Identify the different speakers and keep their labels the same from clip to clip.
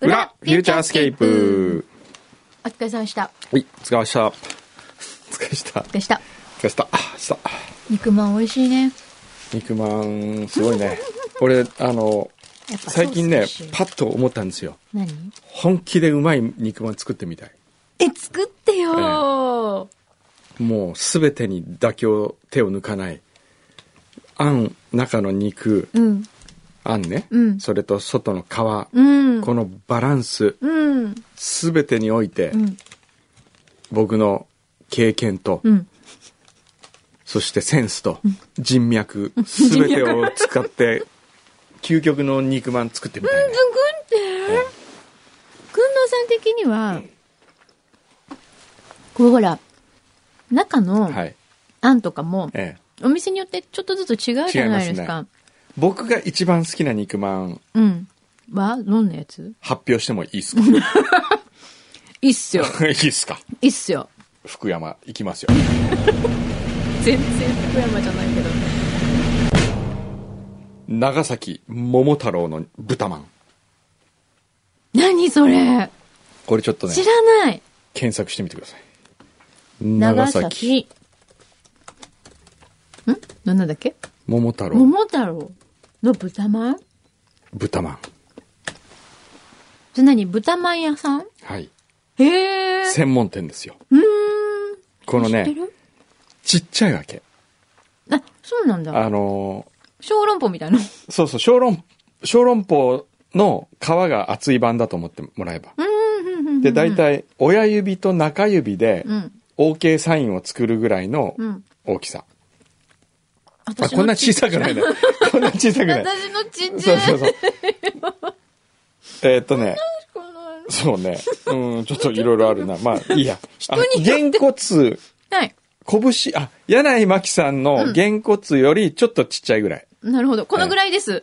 Speaker 1: フューチャースケープ。
Speaker 2: お疲れ様でした
Speaker 1: はい、お疲れ様でした。お疲れ様でした。お疲
Speaker 2: でした
Speaker 1: れ様でした。した。
Speaker 2: 肉まん美味しいね
Speaker 1: 肉まん、すご いね。俺、あの、
Speaker 2: やっぱ
Speaker 1: 最近
Speaker 2: ソ
Speaker 1: ね
Speaker 2: ース美味しい、
Speaker 1: パッと思ったんですよ。
Speaker 2: 何
Speaker 1: 本気でうまい肉まん作ってみたい。
Speaker 2: え作ってよ、
Speaker 1: もう、すべてに妥協、手を抜かない。あん、中の肉、
Speaker 2: うん
Speaker 1: あんね。
Speaker 2: うん
Speaker 1: それと外の皮。
Speaker 2: うん
Speaker 1: このバランス、
Speaker 2: うん
Speaker 1: すべてにおいて、
Speaker 2: うん
Speaker 1: 僕の経験と、
Speaker 2: うん
Speaker 1: そしてセンスと人 脈すべてを使って究極の肉まん作ってみたい
Speaker 2: ずん
Speaker 1: ね
Speaker 2: くんってくんのさん的にはこうほら中の
Speaker 1: はい、
Speaker 2: あんとかも、
Speaker 1: ええ、
Speaker 2: お店によってちょっとずつ違うじゃないです
Speaker 1: 違い
Speaker 2: か
Speaker 1: 僕が一番好きな肉まん
Speaker 2: うんはどんなやつ
Speaker 1: 発表してもい いですか
Speaker 2: いいっすよ
Speaker 1: いいっすか
Speaker 2: いいっすよ
Speaker 1: 福山行きますよ
Speaker 2: 全然福山じゃないけど
Speaker 1: 長崎桃太郎の豚まん
Speaker 2: 何それ
Speaker 1: これちょっとね
Speaker 2: 知らない
Speaker 1: 検索してみてください
Speaker 2: 長
Speaker 1: 長
Speaker 2: 崎。
Speaker 1: 崎
Speaker 2: ん何なんだっけ
Speaker 1: 桃太郎
Speaker 2: 桃太郎の豚まん
Speaker 1: 豚まん
Speaker 2: それ何豚まん屋さん
Speaker 1: はい
Speaker 2: へえ。
Speaker 1: 専門店ですよ
Speaker 2: うーん。
Speaker 1: この
Speaker 2: 知って
Speaker 1: ね
Speaker 2: る
Speaker 1: ちっちゃいわけ
Speaker 2: あ、そうなんだ。
Speaker 1: あのー
Speaker 2: 小籠包みたいな。う
Speaker 1: そうそう、小籠、小籠包の皮が厚い版だと思ってもらえば。
Speaker 2: んうんうんうん。
Speaker 1: で、大。体、親指と中指で
Speaker 2: う、ん。
Speaker 1: OK サインを作るぐらいの
Speaker 2: うん。
Speaker 1: 大きさ。あ、
Speaker 2: 私の
Speaker 1: こんな小さくないね。こんな小さくない。
Speaker 2: 私のちっち
Speaker 1: そ
Speaker 2: ゃ
Speaker 1: う
Speaker 2: い。
Speaker 1: そうそう。えーっとね、
Speaker 2: この
Speaker 1: そうね。うん、ちょっといろいろあるな。まあ、いいや。あの
Speaker 2: 人によ
Speaker 1: げんこつ、
Speaker 2: はい。
Speaker 1: 拳、あ、柳井真紀さんのげんこつよりちょっとちっちゃいぐらい。
Speaker 2: なるほど。このぐらいです。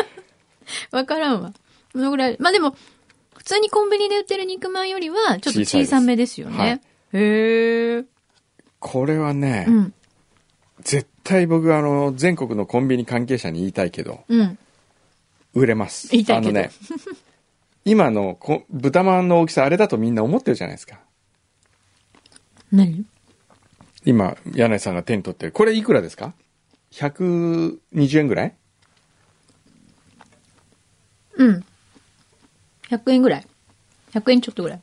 Speaker 2: わからんわ。このぐらい。まあでも、普通にコンビニで売ってる肉まんよりは、ちょっと小さめですよ
Speaker 1: 小さい
Speaker 2: ね
Speaker 1: で。
Speaker 2: へえ。
Speaker 1: これはね、
Speaker 2: うん。
Speaker 1: 絶対僕あの、全国のコンビニ関係者に言いたいけど、
Speaker 2: うん。
Speaker 1: 売れます。
Speaker 2: 言いたいけど
Speaker 1: あのね、今のこ豚まんの大きさあれだとみんな思ってるじゃないですか。
Speaker 2: 何
Speaker 1: 今、柳井さんが手に取ってる。これいくらですか ?120 円ぐらい
Speaker 2: うん。100円ぐらい。100円ちょっとぐらい。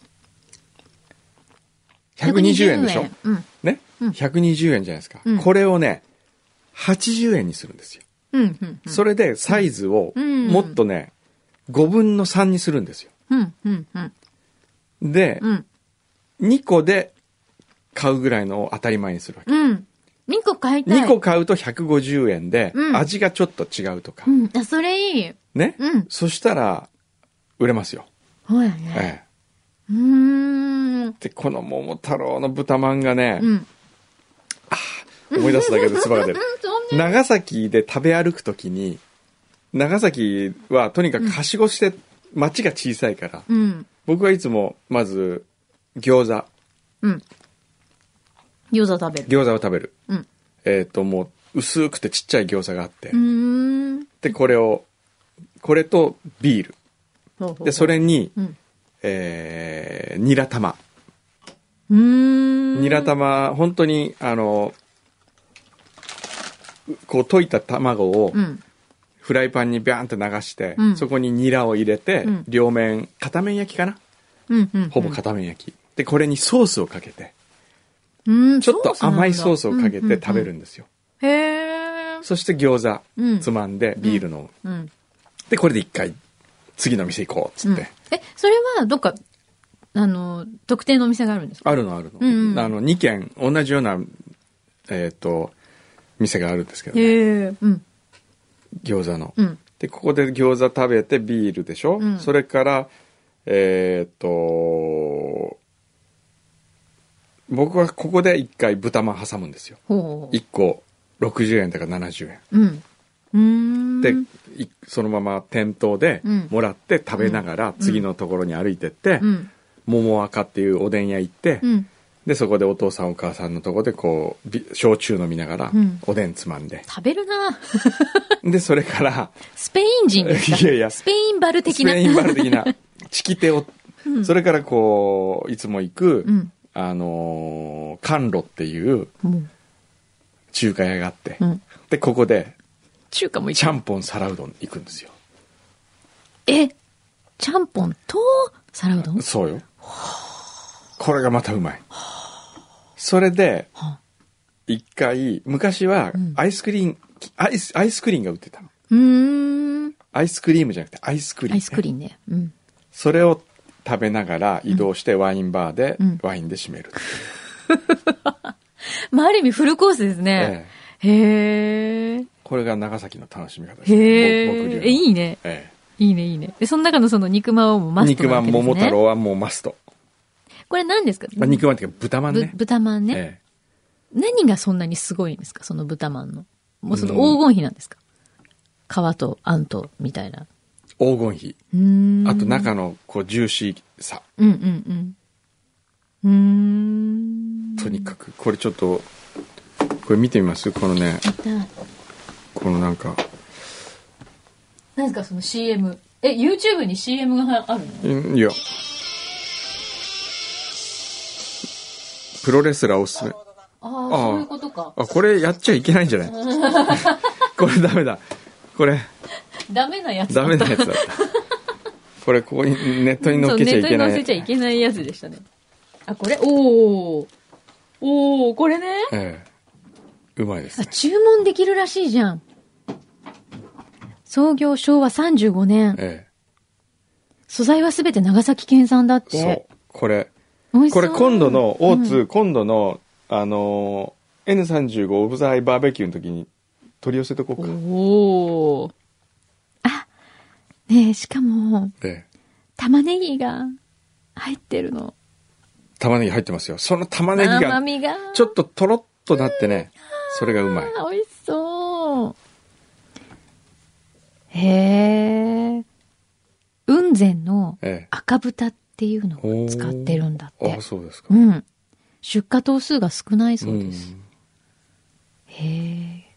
Speaker 1: ?120 円でしょ
Speaker 2: うん。
Speaker 1: ね、
Speaker 2: うん
Speaker 1: ?120 円じゃないですか、
Speaker 2: うん
Speaker 1: これをね、80円にするんですよ。
Speaker 2: うん、うん。
Speaker 1: それでサイズを
Speaker 2: うん
Speaker 1: もっとね、5分の3にするんですよ。
Speaker 2: うん、うん、うん。
Speaker 1: で、
Speaker 2: うん。
Speaker 1: 2個で買うぐらいのを当たり前にするわけ。
Speaker 2: うん。2個買いたい。
Speaker 1: 2個買うと150円で、
Speaker 2: うん
Speaker 1: 味がちょっと違うとか
Speaker 2: う。ん。あ、それいい。
Speaker 1: ね、
Speaker 2: うん
Speaker 1: そしたら、売れますよ。
Speaker 2: ほや
Speaker 1: え
Speaker 2: ね。
Speaker 1: え
Speaker 2: うーん。うん。
Speaker 1: で、この桃太郎の豚まんがね、
Speaker 2: うん。
Speaker 1: 思い出すだけで唾が出る。
Speaker 2: そんな。
Speaker 1: 長崎で食べ歩くときに、長崎はとにかくはしごして、町が小さいから、
Speaker 2: うん。
Speaker 1: 僕はいつも、まず、餃子、
Speaker 2: うん。餃子食べる。
Speaker 1: 餃子を食べる。
Speaker 2: うん。
Speaker 1: えっ、と、もう、薄くてちっちゃい餃子があって、
Speaker 2: うーん。
Speaker 1: で、これを、これとビール。
Speaker 2: ほうほうほう
Speaker 1: で、そ。れに、
Speaker 2: うん。
Speaker 1: えー、ニラ玉。
Speaker 2: うーん。
Speaker 1: ニラ。玉、本当に、あの、こう溶いた卵を
Speaker 2: うん。
Speaker 1: フライパンにビャーンって流して、
Speaker 2: うん
Speaker 1: そこにニラを入れて、
Speaker 2: うん
Speaker 1: 両面、片面焼きかな
Speaker 2: うん。うん。
Speaker 1: ほぼ片面焼き。で、これにソースをかけて、
Speaker 2: うん。
Speaker 1: ちょっと甘いソースをかけて食べ
Speaker 2: ん
Speaker 1: る
Speaker 2: だ
Speaker 1: んですよ。
Speaker 2: うんうんうん。へー
Speaker 1: そして餃
Speaker 2: うん
Speaker 1: 子、つまんで、ビール飲む。
Speaker 2: うん。
Speaker 1: で、これで一回、次の店行こう、つって。
Speaker 2: うんえそれはどっかあの特定のお店があるんですか
Speaker 1: あるのあるの。
Speaker 2: うんうん
Speaker 1: あの、2軒、同じような、えっ、と、店があるんですけど、ね、
Speaker 2: へえうん
Speaker 1: 餃子の。
Speaker 2: うん
Speaker 1: でここで餃子食べてビールでしょ、
Speaker 2: うん
Speaker 1: それからえーっと僕はここで一回豚まん挟むんですよ
Speaker 2: ほうほうほ
Speaker 1: 1個60円だから70円
Speaker 2: ううんうーん
Speaker 1: で、いそのまま店頭で
Speaker 2: うん
Speaker 1: もらって食べながら次のところに歩いてって、
Speaker 2: うん
Speaker 1: 桃赤っていうおでん屋行って、
Speaker 2: うん
Speaker 1: でそこでお父さんお母さんのとこでこうび焼酎飲みながら
Speaker 2: うん
Speaker 1: おでんつまんで、
Speaker 2: 食べるな
Speaker 1: でそれから
Speaker 2: スペイン人ですか
Speaker 1: いやいや
Speaker 2: スペインバル的
Speaker 1: ス
Speaker 2: な
Speaker 1: ペインバル的なチキテを、
Speaker 2: うん
Speaker 1: それからこういつも行く、
Speaker 2: うん。
Speaker 1: あのー、甘露っていう
Speaker 2: うん。
Speaker 1: 中華屋があって、
Speaker 2: うん。
Speaker 1: でここで
Speaker 2: 中華もい
Speaker 1: ちゃんぽん皿うどん行くんですよ
Speaker 2: え、ちゃんぽんと、皿うどん
Speaker 1: そうよこれがまたうまいそれで
Speaker 2: はあ
Speaker 1: 一回昔は
Speaker 2: うん
Speaker 1: アイスクリーン、アイスアイスクリーンが売ってたの
Speaker 2: うーん。
Speaker 1: アイスクリームじゃなくてアイスクリーン、
Speaker 2: アイスクリーンね。うん。
Speaker 1: それを食べながら移動してワインバーで
Speaker 2: うん
Speaker 1: ワインで締める、
Speaker 2: まあ、ある意味フルコースですね。
Speaker 1: ええ
Speaker 2: へえ。
Speaker 1: これが長崎の楽しみ方です
Speaker 2: へ
Speaker 1: ぼ僕流
Speaker 2: え。
Speaker 1: の
Speaker 2: え、いいね。
Speaker 1: え
Speaker 2: いいね、いいね。で、その中のその肉まんをもう
Speaker 1: え
Speaker 2: マスト
Speaker 1: 肉
Speaker 2: な
Speaker 1: ま
Speaker 2: わ
Speaker 1: ん
Speaker 2: けですね。
Speaker 1: 桃太郎はもうマスト、
Speaker 2: これ何ですか
Speaker 1: まあ、肉まんっていうか豚まん
Speaker 2: ぶ
Speaker 1: ね
Speaker 2: 豚まんね、
Speaker 1: え
Speaker 2: 何がそんなにすごいんですかその豚まんの。もうその
Speaker 1: うん
Speaker 2: 黄金比なんですか、皮とあんとみたいな。
Speaker 1: え黄金比
Speaker 2: うーん。
Speaker 1: あと中のこうジューシーさ
Speaker 2: うんうんうん。うーん。
Speaker 1: とにかくこれちょっとこれ見てみますこのね
Speaker 2: 痛い
Speaker 1: このなんか
Speaker 2: 何ですかその CM。え、YouTube に CM があるの
Speaker 1: んいやプロレスラーおすすめ
Speaker 2: ああ、
Speaker 1: ああ
Speaker 2: そういうことか。
Speaker 1: あこれやっちゃいけないん じゃないこれダメだこれ
Speaker 2: ダメなやつだ
Speaker 1: ダ
Speaker 2: った
Speaker 1: メなやつだったこれここにネットに載っけちゃいけな
Speaker 2: そうネットに載せ
Speaker 1: い
Speaker 2: ちゃいけないやつでしたね。あ、これおー。おー、これね。
Speaker 1: ええうまいです
Speaker 2: あ、
Speaker 1: ね
Speaker 2: 注文できるらしいじゃん。創業昭和35年。
Speaker 1: え
Speaker 2: 素材はすべて長崎県産だっ
Speaker 1: えそ
Speaker 2: て
Speaker 1: う。これ
Speaker 2: 美味しそ
Speaker 1: こ
Speaker 2: う
Speaker 1: れ今度の大津、
Speaker 2: うん
Speaker 1: 今度のあのー N35 オブザハイバーベキューの時に取り寄せとこうか、
Speaker 2: おー。あ、ねえ、しかも、
Speaker 1: ええ
Speaker 2: 玉ねぎが入ってるの。
Speaker 1: 玉ねぎ入ってますよその玉ねぎ
Speaker 2: 甘
Speaker 1: が
Speaker 2: みが。
Speaker 1: ちょっととろっとなってねそれがうまい
Speaker 2: あー美味しそう。へえ。雲仙の
Speaker 1: ええ
Speaker 2: 赤豚っていうのを使ってるんだって
Speaker 1: あ。そうですか
Speaker 2: うん。出荷頭数が少ないそうです。
Speaker 1: ん
Speaker 2: へえ。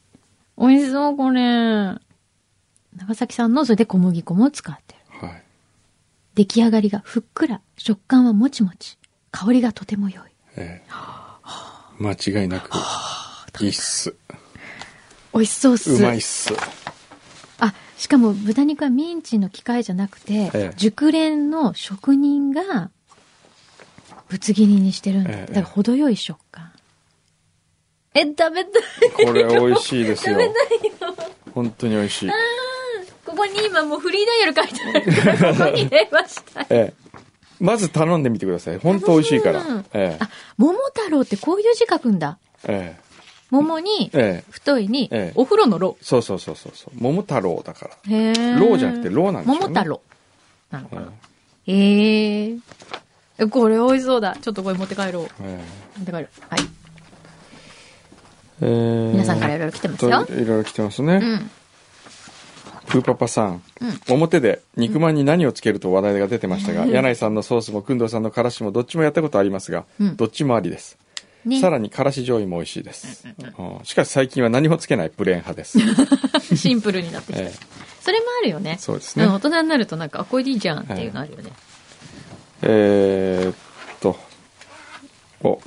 Speaker 2: 美味しそう、これ。長崎さんのそれで小麦粉も使ってる。
Speaker 1: はい
Speaker 2: 出来上がりがふっくら、食感はもちもち、香りがとても良い。
Speaker 1: ええ間違いなくいいっす
Speaker 2: 美味しそうっす。
Speaker 1: うまいっす
Speaker 2: あ、しかも豚肉はミンチの機械じゃなくて、
Speaker 1: ええ
Speaker 2: 熟練の職人がぶつ切りにしてるんだって。
Speaker 1: ええ
Speaker 2: だから程よい食感。え、食べたい。
Speaker 1: これ美味しいですよ
Speaker 2: 食べ
Speaker 1: 本当に美味しい
Speaker 2: ここに今もうフリーダイヤル書いてあるから、ここに電話したい。
Speaker 1: ええまず頼んでみてください本当美味しいから
Speaker 2: 頼む
Speaker 1: ええ
Speaker 2: あ、桃太郎ってこういう字書くんだ。
Speaker 1: え
Speaker 2: 桃に
Speaker 1: え、ええ
Speaker 2: 太いに
Speaker 1: ええ、
Speaker 2: お風呂のろ。
Speaker 1: そうそうそうそうそう桃太郎だから
Speaker 2: へー
Speaker 1: ろうじゃなくてろうなんでしょうね
Speaker 2: 桃太郎。なのかな
Speaker 1: うん。
Speaker 2: へえ。えこれ美味しそうだ。ちょっとこれ持って帰ろう。
Speaker 1: え
Speaker 2: 持って帰る。はい。
Speaker 1: え
Speaker 2: 皆さんからいろいろ来てます
Speaker 1: と
Speaker 2: よ。
Speaker 1: いろいろ来てますね、
Speaker 2: うん。
Speaker 1: プーパパさん、表で肉まんに何をつけると話題が出てましたが、柳井さんのソースも工藤さんのからしもどっちもやったことありますが、
Speaker 2: うん
Speaker 1: どっちもありです、
Speaker 2: ね。
Speaker 1: さらにからし醤油も美味しいです、うんしかし最近は何もつけないプレーン派です
Speaker 2: シンプルになってきた。
Speaker 1: ええ
Speaker 2: それもあるよね。
Speaker 1: そうですね
Speaker 2: ん大人になるとなんか、あ、これでいいじゃんっていうのあるよね。
Speaker 1: えーっとお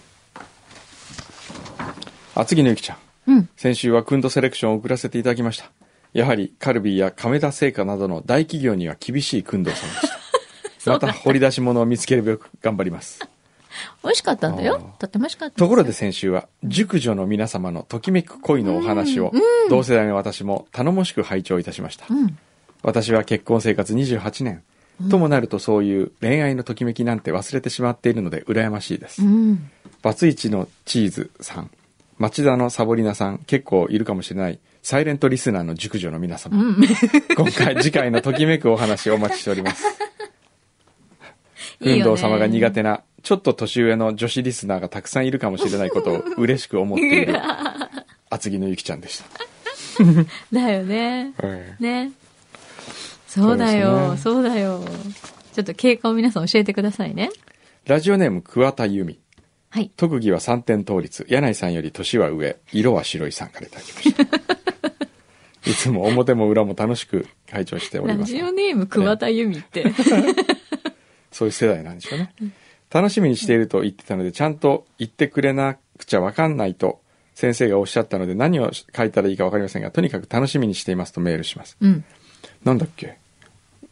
Speaker 1: 厚木のゆきちゃん
Speaker 2: うん。
Speaker 1: 先週はクンドセレクションを送らせていただきましたやはりカルビーや亀田製菓などの大企業には厳しいクンドさんで したまた掘り出し物を見つけるべく頑張ります
Speaker 2: 美味しかったんだ
Speaker 1: あ
Speaker 2: よ
Speaker 1: ー。
Speaker 2: とっても美味しかった。
Speaker 1: ところで先週は熟女の皆様のときめく恋のお話を同世代の私も頼もしく拝聴いたしました
Speaker 2: うん。
Speaker 1: 私は結婚生活28年ともなるとそういう恋愛のときめきなんて忘れてしまっているので羨ましいです
Speaker 2: うん。
Speaker 1: バツイチのチーズさん町田のサボリナさん結構いるかもしれないサイレントリスナーの熟女の皆様、
Speaker 2: うん。
Speaker 1: 今回次回のときめくお話をお待ちしております 運動様が苦手なちょっと年上の女子リスナーがたくさんいるかもしれないことを嬉しく思っている厚木のゆきちゃんでし
Speaker 2: 手。 だよね。
Speaker 1: た、
Speaker 2: ね。そうだよ。
Speaker 1: そ
Speaker 2: そうだよ。ちょっと経過を皆さん教えてくださいね。
Speaker 1: ラジオネーム桑田由美
Speaker 2: はい。
Speaker 1: 特技は三点倒立柳井さんより年は上色は白いさんからいただき ましたいつも表も裏も楽しく会長しており
Speaker 2: ラ
Speaker 1: ます
Speaker 2: ジオネーム桑田由美って。
Speaker 1: そういう世代なんでしょうね。楽しみにしていると言ってたので、ちゃんと言ってくれなくちゃわかんないと先生がおっしゃったので、何を書いたらいいかわかりませんが、とにかく楽しみにしていますとメールします。
Speaker 2: うん。
Speaker 1: なんだっけ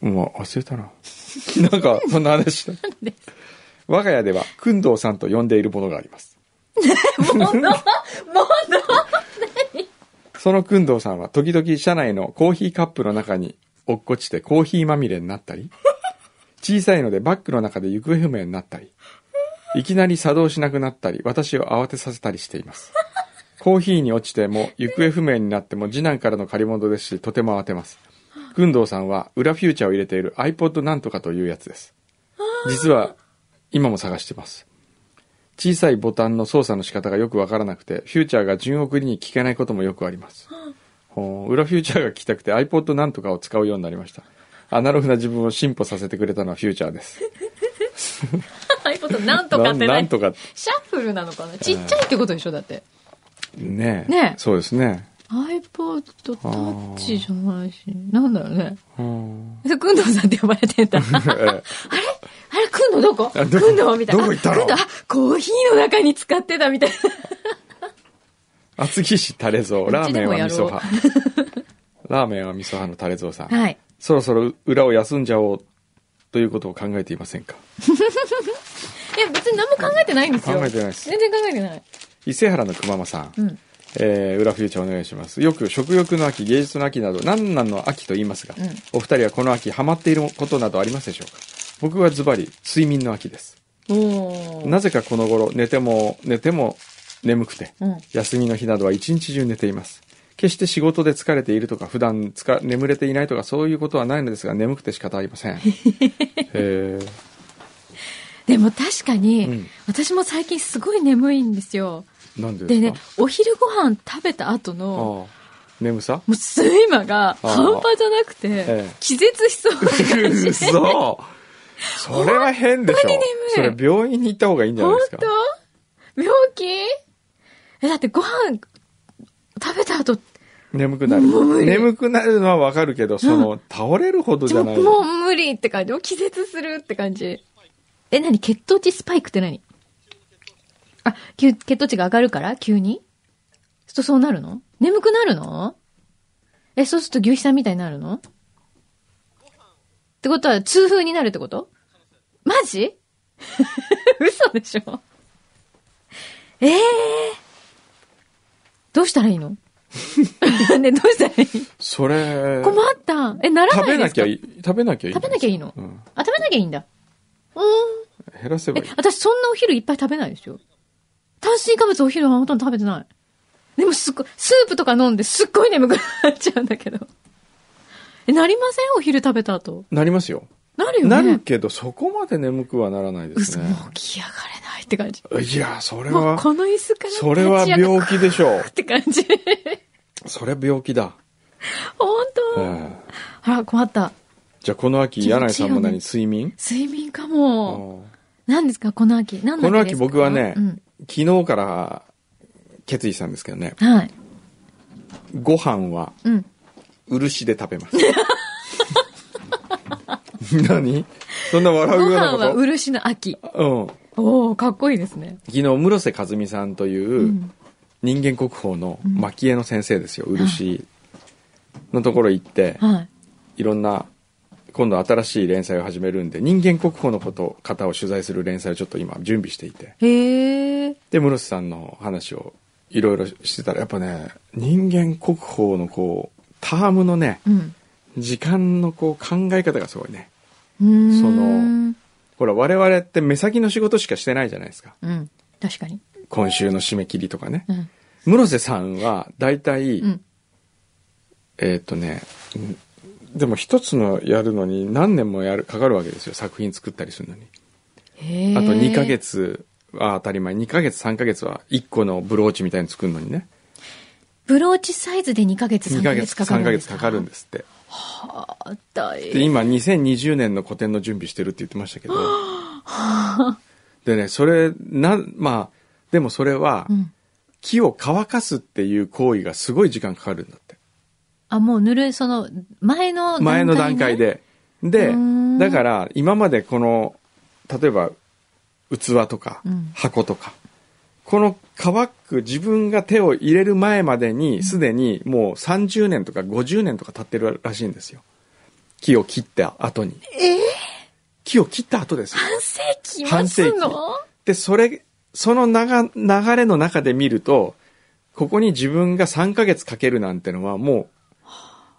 Speaker 1: もう忘れたな。 なんか、そんな話だ。我が家では、くんどうさんと呼んでいるものがあり ます。そのくんどうさんは、時々車内のコーヒーカップの中に落っこちてコーヒーまみれになった り、小さいのでバッグの中で行方不明になったり、いきなり作動しなくなったり、私を慌てさせたりしてい ます。コーヒーに落ちても、行方不明になっても、次男からの借り物ですし、とても慌てます。くんどうさんは、裏フューチャーを入れている iPod なんとかというやつです。実は、今も探してます。小さいボタンの操作の仕方がよくわからなくて、フューチャーが順送りに聞けないこともよくあります。ほう裏フューチャーが聞きたくて iPod なんとかを使うようになりました。アナログな自分を進歩させてくれたのはフューチャーです。
Speaker 2: iPod なんとかって
Speaker 1: な
Speaker 2: 何
Speaker 1: んとか
Speaker 2: シャッフルなのかなちっちゃいってことでしょだって。
Speaker 1: ねえ。
Speaker 2: ねえ
Speaker 1: そうですね。
Speaker 2: iPod タッチじゃないし。なんだろうね。
Speaker 1: うん
Speaker 2: それ、くんどうさんって呼ばれてた。あれ
Speaker 1: え
Speaker 2: あれ、くんどうどこ
Speaker 1: あ
Speaker 2: く
Speaker 1: どこ
Speaker 2: んどうみたいな。
Speaker 1: どこ行った
Speaker 2: あ
Speaker 1: の
Speaker 2: くんどうあコーヒーの中に使ってたみたいな。
Speaker 1: 厚木市タレゾウ、ラーメンは味噌派。ラーメンは味噌派のタレゾウさん。
Speaker 2: はい。
Speaker 1: そろそろ裏を休んじゃおうということを考えていませんか
Speaker 2: いや、別に何も考えてないんですよ。
Speaker 1: 考えてないです
Speaker 2: 全然考えてない。
Speaker 1: 伊勢原のくままさん。
Speaker 2: うん。
Speaker 1: えー、裏フューチャーお願いします。よく食欲の秋、芸術の秋など、何なんの秋と言いますが、
Speaker 2: うん
Speaker 1: お二人はこの秋ハマっていることなどありますでしょうか僕はズバリ、睡眠の秋です。
Speaker 2: おー。
Speaker 1: なぜかこの頃、寝ても、寝ても眠くて、
Speaker 2: うん。
Speaker 1: 休みの日などは一日中寝ています。決して仕事で疲れているとか、普段つか眠れていないとか、そういうことはないのですが、眠くて仕方あり ません。へー
Speaker 2: でも確かに、
Speaker 1: うん
Speaker 2: 私も最近すごい眠いんですよ。
Speaker 1: なんでで
Speaker 2: ですね
Speaker 1: か、
Speaker 2: お昼ご飯食べた後
Speaker 1: あ
Speaker 2: の、
Speaker 1: あ眠さ
Speaker 2: もう睡魔が
Speaker 1: あー
Speaker 2: 半端じゃなくて、
Speaker 1: ええ
Speaker 2: 気絶しそうな 感じ。
Speaker 1: うそそれは変でし
Speaker 2: 本当
Speaker 1: ょそ
Speaker 2: に
Speaker 1: れ
Speaker 2: 眠
Speaker 1: 病院に行った方がいいんじゃない
Speaker 2: 本
Speaker 1: です
Speaker 2: 当
Speaker 1: か
Speaker 2: 病気え、だってご飯食べた後、
Speaker 1: 眠くなる
Speaker 2: もう無理
Speaker 1: 眠くなるのはわかるけどその、倒れるほどじゃない
Speaker 2: もう無理って感じ。もう気絶するって感じ。え、何血糖値スパイクって何あ、急血糖値が上がるから急にそうそうなるの眠くなるのえ、そうすると牛肥さんみたいになるのってことは、痛風になるってことマジ 嘘でしょええー、どうしたらいいの ね、どうしたらいい
Speaker 1: それ
Speaker 2: 困った。え、なら
Speaker 1: 食
Speaker 2: な
Speaker 1: べ
Speaker 2: いで
Speaker 1: な
Speaker 2: す
Speaker 1: き
Speaker 2: か
Speaker 1: ゃいい食べなきゃいい
Speaker 2: 食べなきゃいいの
Speaker 1: うん
Speaker 2: あ、食べなきゃいいんだ。うー
Speaker 1: 減らせ
Speaker 2: ん。
Speaker 1: ばい
Speaker 2: え
Speaker 1: い、
Speaker 2: 私そんなお昼いっぱい食べないですよ。炭水化物お昼はほとんど食べてない。でもすっごい、スープとか飲んですっごい眠くなっちゃうんだけど。え、なりませんお昼食べた後。
Speaker 1: なりますよ
Speaker 2: なるよね。
Speaker 1: なるけどそこまで眠くはならないです
Speaker 2: 嘘、
Speaker 1: ね
Speaker 2: もう起き上がれないって感じ。
Speaker 1: いやそれ
Speaker 2: もう
Speaker 1: は
Speaker 2: この椅子から立ち
Speaker 1: それは
Speaker 2: 上が
Speaker 1: 病気でしょう
Speaker 2: って感じ。
Speaker 1: それ病気だ、
Speaker 2: 本
Speaker 1: う
Speaker 2: 当
Speaker 1: ん
Speaker 2: あら、困った。
Speaker 1: じゃあこの秋柳井さんも何
Speaker 2: 気
Speaker 1: 睡眠
Speaker 2: 睡眠か
Speaker 1: あ
Speaker 2: も。
Speaker 1: ー
Speaker 2: 何ですかこの秋。何の
Speaker 1: この
Speaker 2: 秋で
Speaker 1: 秋
Speaker 2: すか
Speaker 1: 僕はね、
Speaker 2: うん。
Speaker 1: 昨日から決意したんですけどね
Speaker 2: はい。
Speaker 1: ご飯は
Speaker 2: うん。
Speaker 1: 漆で食べます 何そんな笑うよ
Speaker 2: ご
Speaker 1: うな
Speaker 2: 飯
Speaker 1: こ
Speaker 2: は
Speaker 1: と
Speaker 2: 漆の秋。
Speaker 1: うん、
Speaker 2: おおかっこいいですね。
Speaker 1: 昨日室瀬和美さんといううん人間国宝の蒔絵の先生ですよ、漆のところ行って
Speaker 2: はい。
Speaker 1: いろんな今度新しい連載を始めるんで人間国宝のこと方を取材する連載をちょっと今準備していて
Speaker 2: へえ。
Speaker 1: で室瀬さんの話をいろいろしてたらやっぱね人間国宝のこうタームのね
Speaker 2: うん。
Speaker 1: 時間のこう考え方がすごいね
Speaker 2: うーん
Speaker 1: その、ほら、我々って目先の仕事しかしてないじゃないですか。
Speaker 2: うん。確かに。
Speaker 1: 今週の締め切りとかね
Speaker 2: う。ん。
Speaker 1: 室瀬さんは、大体、
Speaker 2: うん。
Speaker 1: えーっ、とね、うんでも一つのやるのに何年もやる、かかるわけですよ。作品作ったりするのに。
Speaker 2: へえ。
Speaker 1: あと2ヶ。月は当たり前、2ヶ月、3ヶ月は1個のブローチみたいに作るのにね。
Speaker 2: ブローチサイズで2ヶ月、3
Speaker 1: 2ヶ
Speaker 2: ヶ
Speaker 1: 月、
Speaker 2: 月かかる。
Speaker 1: 3ヶ月かかるんですって。
Speaker 2: あった
Speaker 1: で、
Speaker 2: い。
Speaker 1: 今2020年の個展の準備してるって言ってましたけど。でね、それ、な、まあ、でもそれは、
Speaker 2: うん。
Speaker 1: 木を乾かすっていう行為がすごい時間かかるんだって。
Speaker 2: あ、もう塗る、その、前の段階、ね、
Speaker 1: 前の段階。で。で
Speaker 2: うーん、
Speaker 1: だから今までこの例えば器とか
Speaker 2: うん
Speaker 1: 箱とか、この乾く自分が手を入れる前までにすでにもう30年とか50年とか経ってるらしいんですよ木を切った後に
Speaker 2: えー、
Speaker 1: 木を切った後ですよ
Speaker 2: 半世紀
Speaker 1: 半
Speaker 2: 待つ
Speaker 1: 世紀
Speaker 2: の
Speaker 1: でそれその流流れの中で見るとここに自分が3ヶ月かけるなんてのはもう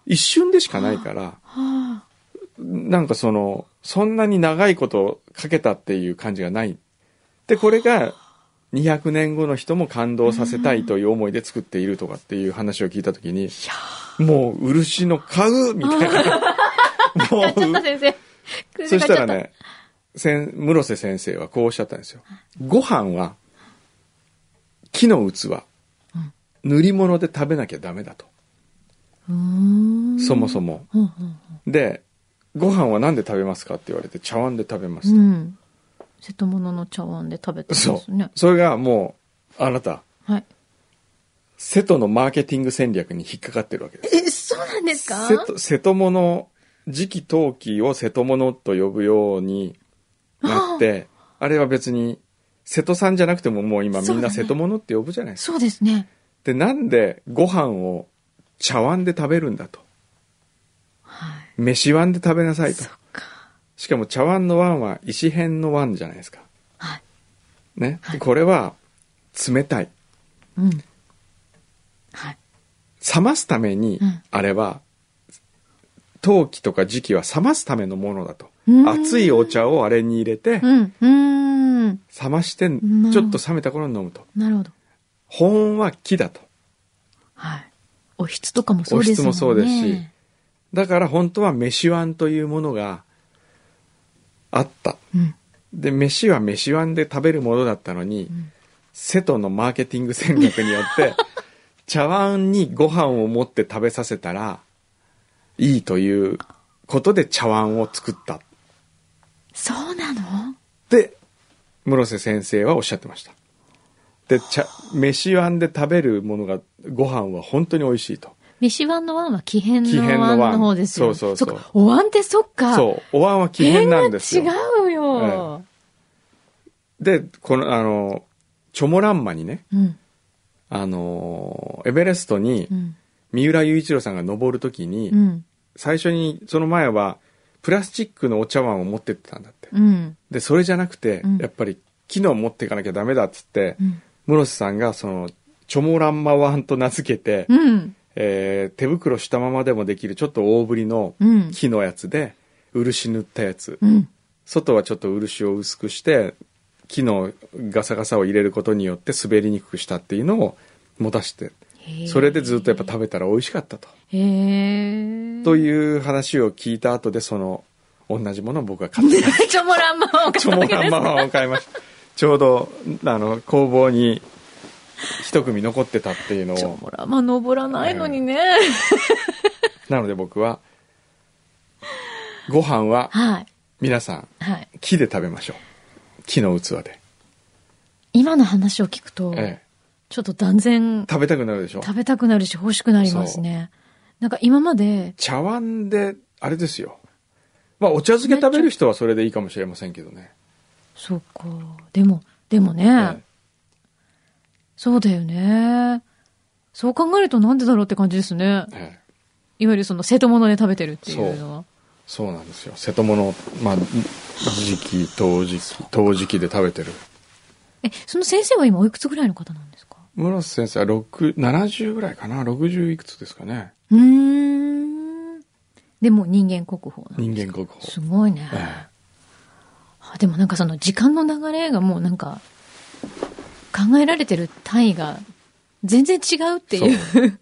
Speaker 1: 一瞬でしかないから
Speaker 2: はあ
Speaker 1: なんかその、そんなに長いことをかけたっていう感じがない。で、これが200年後の人も感動させたいという思いで作っているとかっていう話を聞いたときに、もう漆の買うみたい な。も
Speaker 2: やっちゃった
Speaker 1: う、
Speaker 2: 先生。苦
Speaker 1: そ
Speaker 2: し
Speaker 1: し
Speaker 2: くなっ
Speaker 1: たら
Speaker 2: ちゃった
Speaker 1: ね、先室瀬先生はこうおっしゃったんですよ。ご飯は木の器、塗り物で食べなきゃダメだと。
Speaker 2: うーん
Speaker 1: そもそも。
Speaker 2: うんうん
Speaker 1: で、ご飯は何で食べますかって言われて茶碗で食べますと。
Speaker 2: うんうん。瀬戸物の茶碗で食べてます
Speaker 1: そう。
Speaker 2: ね。
Speaker 1: それがもう、あなた、
Speaker 2: はい。
Speaker 1: 瀬戸のマーケティング戦略に引っかかってるわけです。
Speaker 2: え、そうなんですか
Speaker 1: 瀬戸、瀬戸物、次期陶器を瀬戸物と呼ぶようになって、あれは別に、瀬戸さんじゃなくてももう今み
Speaker 2: そうんだね
Speaker 1: な瀬戸物って呼ぶじゃないですか。
Speaker 2: そうですね。
Speaker 1: で、なんでご飯を茶碗で食べるんだと。
Speaker 2: は
Speaker 1: 飯碗で食べなさ
Speaker 2: い。
Speaker 1: いと
Speaker 2: そっ。か。
Speaker 1: しかも茶碗の碗は石片の碗じゃないですか。
Speaker 2: はい。
Speaker 1: ね。これは、冷たい。
Speaker 2: うん。はい。
Speaker 1: 冷ますために
Speaker 2: うん
Speaker 1: あれは陶器とか時期は冷ますためのものだと
Speaker 2: うん
Speaker 1: 熱いお茶をあれに入れて
Speaker 2: うん。うーん。
Speaker 1: 冷まして
Speaker 2: ん
Speaker 1: ちょっと冷めた頃に飲むと
Speaker 2: なるほど。
Speaker 1: 保温は木だと
Speaker 2: はい。おひつとかもそうですもんね。
Speaker 1: おひつもそうですしだから本当は飯碗というものがあった
Speaker 2: うん。
Speaker 1: で飯は飯碗で食べるものだったのに、瀬戸のマーケティング戦略によって 茶碗にご飯を持って食べさせたらいいということで茶碗を作った
Speaker 2: そうなの
Speaker 1: で室瀬先生はおっしゃってましたで茶飯碗で食べるものがご飯は本当に美味しいと
Speaker 2: 飯碗の碗は木変
Speaker 1: 木偏
Speaker 2: の
Speaker 1: の
Speaker 2: 碗
Speaker 1: 碗
Speaker 2: の方ですよ。
Speaker 1: そうそうそう
Speaker 2: っかお椀ってそっか。
Speaker 1: そうお椀は奇変なんですよ
Speaker 2: 変が違うよ。
Speaker 1: でこのあのチョモランマにね
Speaker 2: うん。
Speaker 1: あのエベレストに
Speaker 2: うん。
Speaker 1: 三浦雄一郎さんが登る時に、
Speaker 2: うん。
Speaker 1: 最初にその前はプラスチックのお茶碗を持ってってたんだって
Speaker 2: うん。
Speaker 1: でそれじゃなくて、
Speaker 2: うん
Speaker 1: やっぱり木の持っていかなきゃダメだっつって、
Speaker 2: うん。
Speaker 1: 室瀬さんがそのチョモランマ碗と名付けて、
Speaker 2: うん。
Speaker 1: えー手袋したままでもできるちょっと大ぶりの
Speaker 2: うん。
Speaker 1: 木のやつで漆塗ったやつ
Speaker 2: うん。
Speaker 1: 外はちょっと漆を薄くして木のガサガサを入れることによって滑りにくくしたっていうのを持たして
Speaker 2: へー
Speaker 1: それでずっとやっぱ食べたら美味しかったと、
Speaker 2: へえ。
Speaker 1: と
Speaker 2: う。
Speaker 1: いう話を聞いた後でその同じものを僕が買って
Speaker 2: チョモランマ を買
Speaker 1: チ
Speaker 2: った
Speaker 1: ョモ
Speaker 2: わけ
Speaker 1: ラ
Speaker 2: で
Speaker 1: ン
Speaker 2: す
Speaker 1: ママを買いま したちょうどあの工房に一組残ってたっ ていうの
Speaker 2: チ
Speaker 1: を
Speaker 2: ョモランマ登らないのにね。
Speaker 1: なので僕はご飯は
Speaker 2: はい。
Speaker 1: 皆さん
Speaker 2: はい。
Speaker 1: 木で食べましょう木の器で、
Speaker 2: 今の話を聞くと、
Speaker 1: ええ、
Speaker 2: ちょっと断然
Speaker 1: 食べたくなるでしょ
Speaker 2: 食べたくなるし欲しくなりますね。なんか今まで、
Speaker 1: 茶碗であれですよまあお茶漬け食べる人はそれでいいかもしれませんけどね、
Speaker 2: そうか。でも、でもね、
Speaker 1: ええ
Speaker 2: そうだよね。そう考えるとなんでだろうって感じですね。
Speaker 1: ええ
Speaker 2: いわゆるその瀬戸物で食べてるっていうのは。
Speaker 1: そうなんですよ瀬戸物まあ時期陶磁器陶磁器で食べてる
Speaker 2: え、その先生は今おいくつぐらいの方なんですか
Speaker 1: 室瀬先生は6 70ぐらいかな60いくつですかね
Speaker 2: うーん。でも人間国宝なん
Speaker 1: 人
Speaker 2: です
Speaker 1: 間国宝
Speaker 2: すごいね、
Speaker 1: え
Speaker 2: あでもなんかその時間の流れがもうなんか、考えられてる単位が全然違うっていう。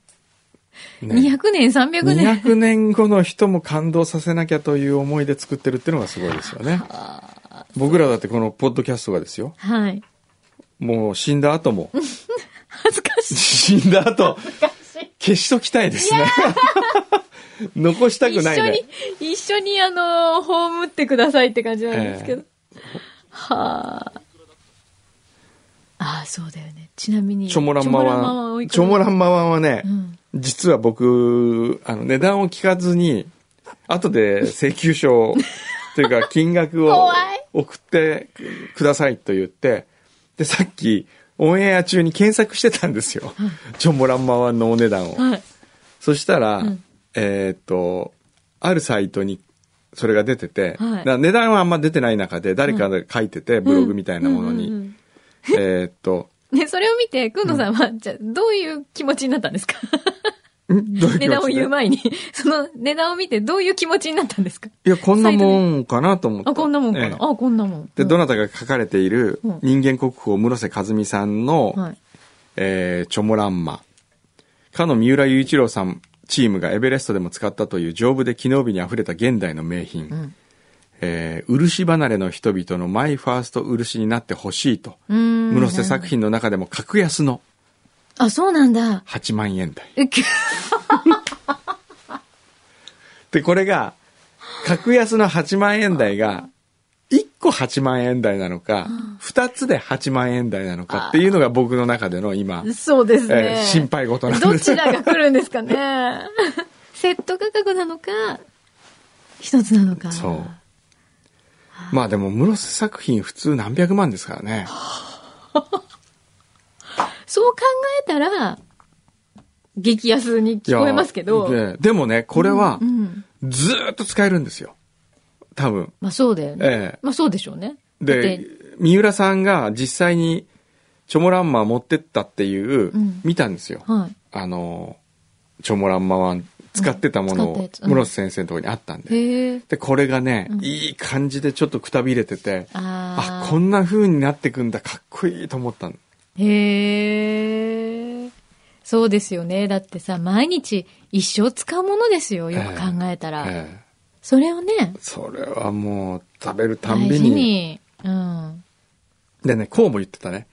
Speaker 1: えね
Speaker 2: 200年、300年。
Speaker 1: 200年後の人も感動させなきゃという思いで作ってるっていうのがすごいですよね。僕らだってこのポッドキャストがですよ。
Speaker 2: はい。
Speaker 1: もう死んだ後 も、
Speaker 2: 恥ずか しい。
Speaker 1: 死んだ後、消しときたいですね。 残したくないね。
Speaker 2: 一緒に、一緒にあの、葬ってくださいって感じなんですけど。
Speaker 1: え
Speaker 2: はあ。ああ、そうだよね。ちなみに。
Speaker 1: チョモランマ
Speaker 2: は
Speaker 1: ワ
Speaker 2: おい
Speaker 1: ン。
Speaker 2: く
Speaker 1: チョモランマワンはね、
Speaker 2: ん
Speaker 1: 実は僕、あの、値段 を聞かずに、後で請求書を、というか金額を
Speaker 2: 怖い
Speaker 1: 送ってくださいと言って、で、さっき、オンエア中に検索してたんで すよ。ジョン・モランマワンのお値段を。
Speaker 2: はい。
Speaker 1: そしたら、
Speaker 2: うん
Speaker 1: えーっと、あるサイトにそれが出て
Speaker 2: はい
Speaker 1: て、だから値段はあんま出てない中で、誰かが書いてて、ブログみたいなものに。
Speaker 2: うんうんうん
Speaker 1: えーっと、
Speaker 2: うんね、それを見て、くんのさんは、じゃあどういう気持ちになったんですか
Speaker 1: ん どういう気持ちで
Speaker 2: 値段を言う前に。 その値段を見て、どういう気持ちになったんですか
Speaker 1: いや、こんなもんかなと思って。
Speaker 2: あ、こんなもんかな。
Speaker 1: ええ
Speaker 2: あ、こんなもん。
Speaker 1: で、ど
Speaker 2: な、
Speaker 1: なたが書かれている
Speaker 2: うん
Speaker 1: 人間国宝室瀬和美さんの、
Speaker 2: はい。
Speaker 1: えーチョモランマ。かの三浦雄一郎さんチームがエベレストでも使ったという丈夫で機能美に溢れた現代の名品。
Speaker 2: うん。
Speaker 1: えー漆離れの人々のマイファースト漆になってほしいと。
Speaker 2: うーん。
Speaker 1: 室瀬作品の中でも格安の
Speaker 2: あ、そうなんだ。
Speaker 1: 8万円台。
Speaker 2: え、く
Speaker 1: で、これが、格安の8万円台が、1個8万円台なのか、2つで8万円台なのかっていうのが僕の中での今、
Speaker 2: そうですね。
Speaker 1: えー心配事なん
Speaker 2: ど
Speaker 1: です
Speaker 2: ち。らが来るんですか ね。セット価格なのか、一つなのか。
Speaker 1: そう。 まあでも、室瀬作品普通何百万ですからね。
Speaker 2: そう考えたら、激安に 聞こえますけど。
Speaker 1: いやででもね、これは
Speaker 2: う、ん。
Speaker 1: ずーっと使えるんですよ。多分。
Speaker 2: まあそうだよね。
Speaker 1: ええ
Speaker 2: まあそうでしょうね。だっ
Speaker 1: で
Speaker 2: て、
Speaker 1: 三浦さんが実際に、チョモランマー持ってったっていう、
Speaker 2: うん
Speaker 1: 見たんですよ。
Speaker 2: はい。
Speaker 1: あの、チョモランマワン使ってたもの
Speaker 2: うん使
Speaker 1: を
Speaker 2: ったやつうん
Speaker 1: 室瀬先生のところにあったんで。
Speaker 2: へえ。
Speaker 1: で、これがね
Speaker 2: う、ん
Speaker 1: いい感じでちょっとくたびれてて、
Speaker 2: あ
Speaker 1: あ
Speaker 2: あ。、
Speaker 1: こんな風になってくんだ、かっこいいと思ったの。
Speaker 2: へえ。そうですよね。だってさ、毎日一生使うものですよ。よく考えたら。
Speaker 1: ええ
Speaker 2: それをね、
Speaker 1: それはもう、食べるたん
Speaker 2: 大
Speaker 1: び
Speaker 2: 事
Speaker 1: に。
Speaker 2: に。うん。
Speaker 1: でね、こうも言ってたね。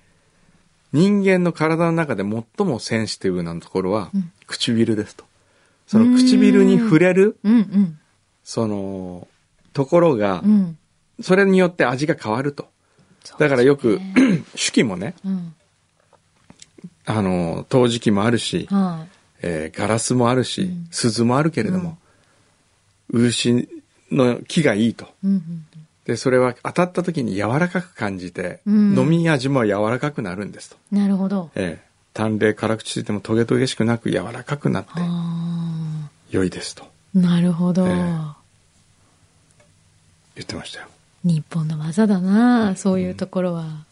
Speaker 1: 人間の体の中で最もセンシティブなところは、
Speaker 2: うん
Speaker 1: 唇ですと。その唇に触れる、
Speaker 2: うんうん。
Speaker 1: その、ところが
Speaker 2: う、ん。
Speaker 1: それによって味が変わると。だからよく、手記もね、
Speaker 2: うん。
Speaker 1: あの、陶磁器もあるし、
Speaker 2: は
Speaker 1: えーガラスもあるし、
Speaker 2: うん
Speaker 1: 鈴もあるけれども、漆の木がいいと。
Speaker 2: い。うんうん。
Speaker 1: で、それは当たった時に柔らかく感じて、
Speaker 2: うん
Speaker 1: 飲み味も柔らかくなるんですと。
Speaker 2: なるほど。
Speaker 1: ええ、淡麗辛口ついてもトゲトゲしくなく柔らかくなって
Speaker 2: あ
Speaker 1: 良いですと
Speaker 2: あ。なるほど。
Speaker 1: ええ言ってましたよ
Speaker 2: 日本の技だな、そういうところは。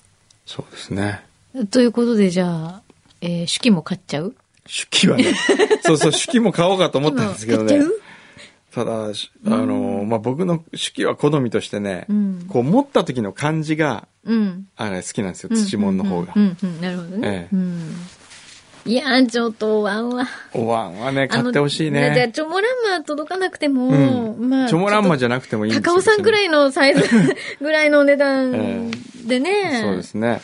Speaker 1: そうですね
Speaker 2: ということで、じゃあ、えー手記も買っちゃう
Speaker 1: 手記 はねそうそう手記も買おうかと思ったんですけどね
Speaker 2: 今買っちゃう
Speaker 1: ただしあの、まあ、僕の手記は好みとしてね、
Speaker 2: うん
Speaker 1: こう持った時の感じが
Speaker 2: うん。
Speaker 1: あれ好きなんですよ土門の方が、
Speaker 2: うん、うん、うんなるほどね。
Speaker 1: ええ
Speaker 2: うん。いやー、ちょっと、ワンワン。
Speaker 1: お椀はね
Speaker 2: あ
Speaker 1: 買
Speaker 2: の
Speaker 1: ってほしい
Speaker 2: じゃあ、
Speaker 1: ね
Speaker 2: チョモランマ届かなくて
Speaker 1: う
Speaker 2: も、
Speaker 1: ん、
Speaker 2: まあ。
Speaker 1: チョモランマ
Speaker 2: ゃ
Speaker 1: じゃなくてもいいんです
Speaker 2: 高尾さんくら
Speaker 1: い
Speaker 2: いのサイズぐらいのお値段
Speaker 1: え
Speaker 2: でね。
Speaker 1: そうですね、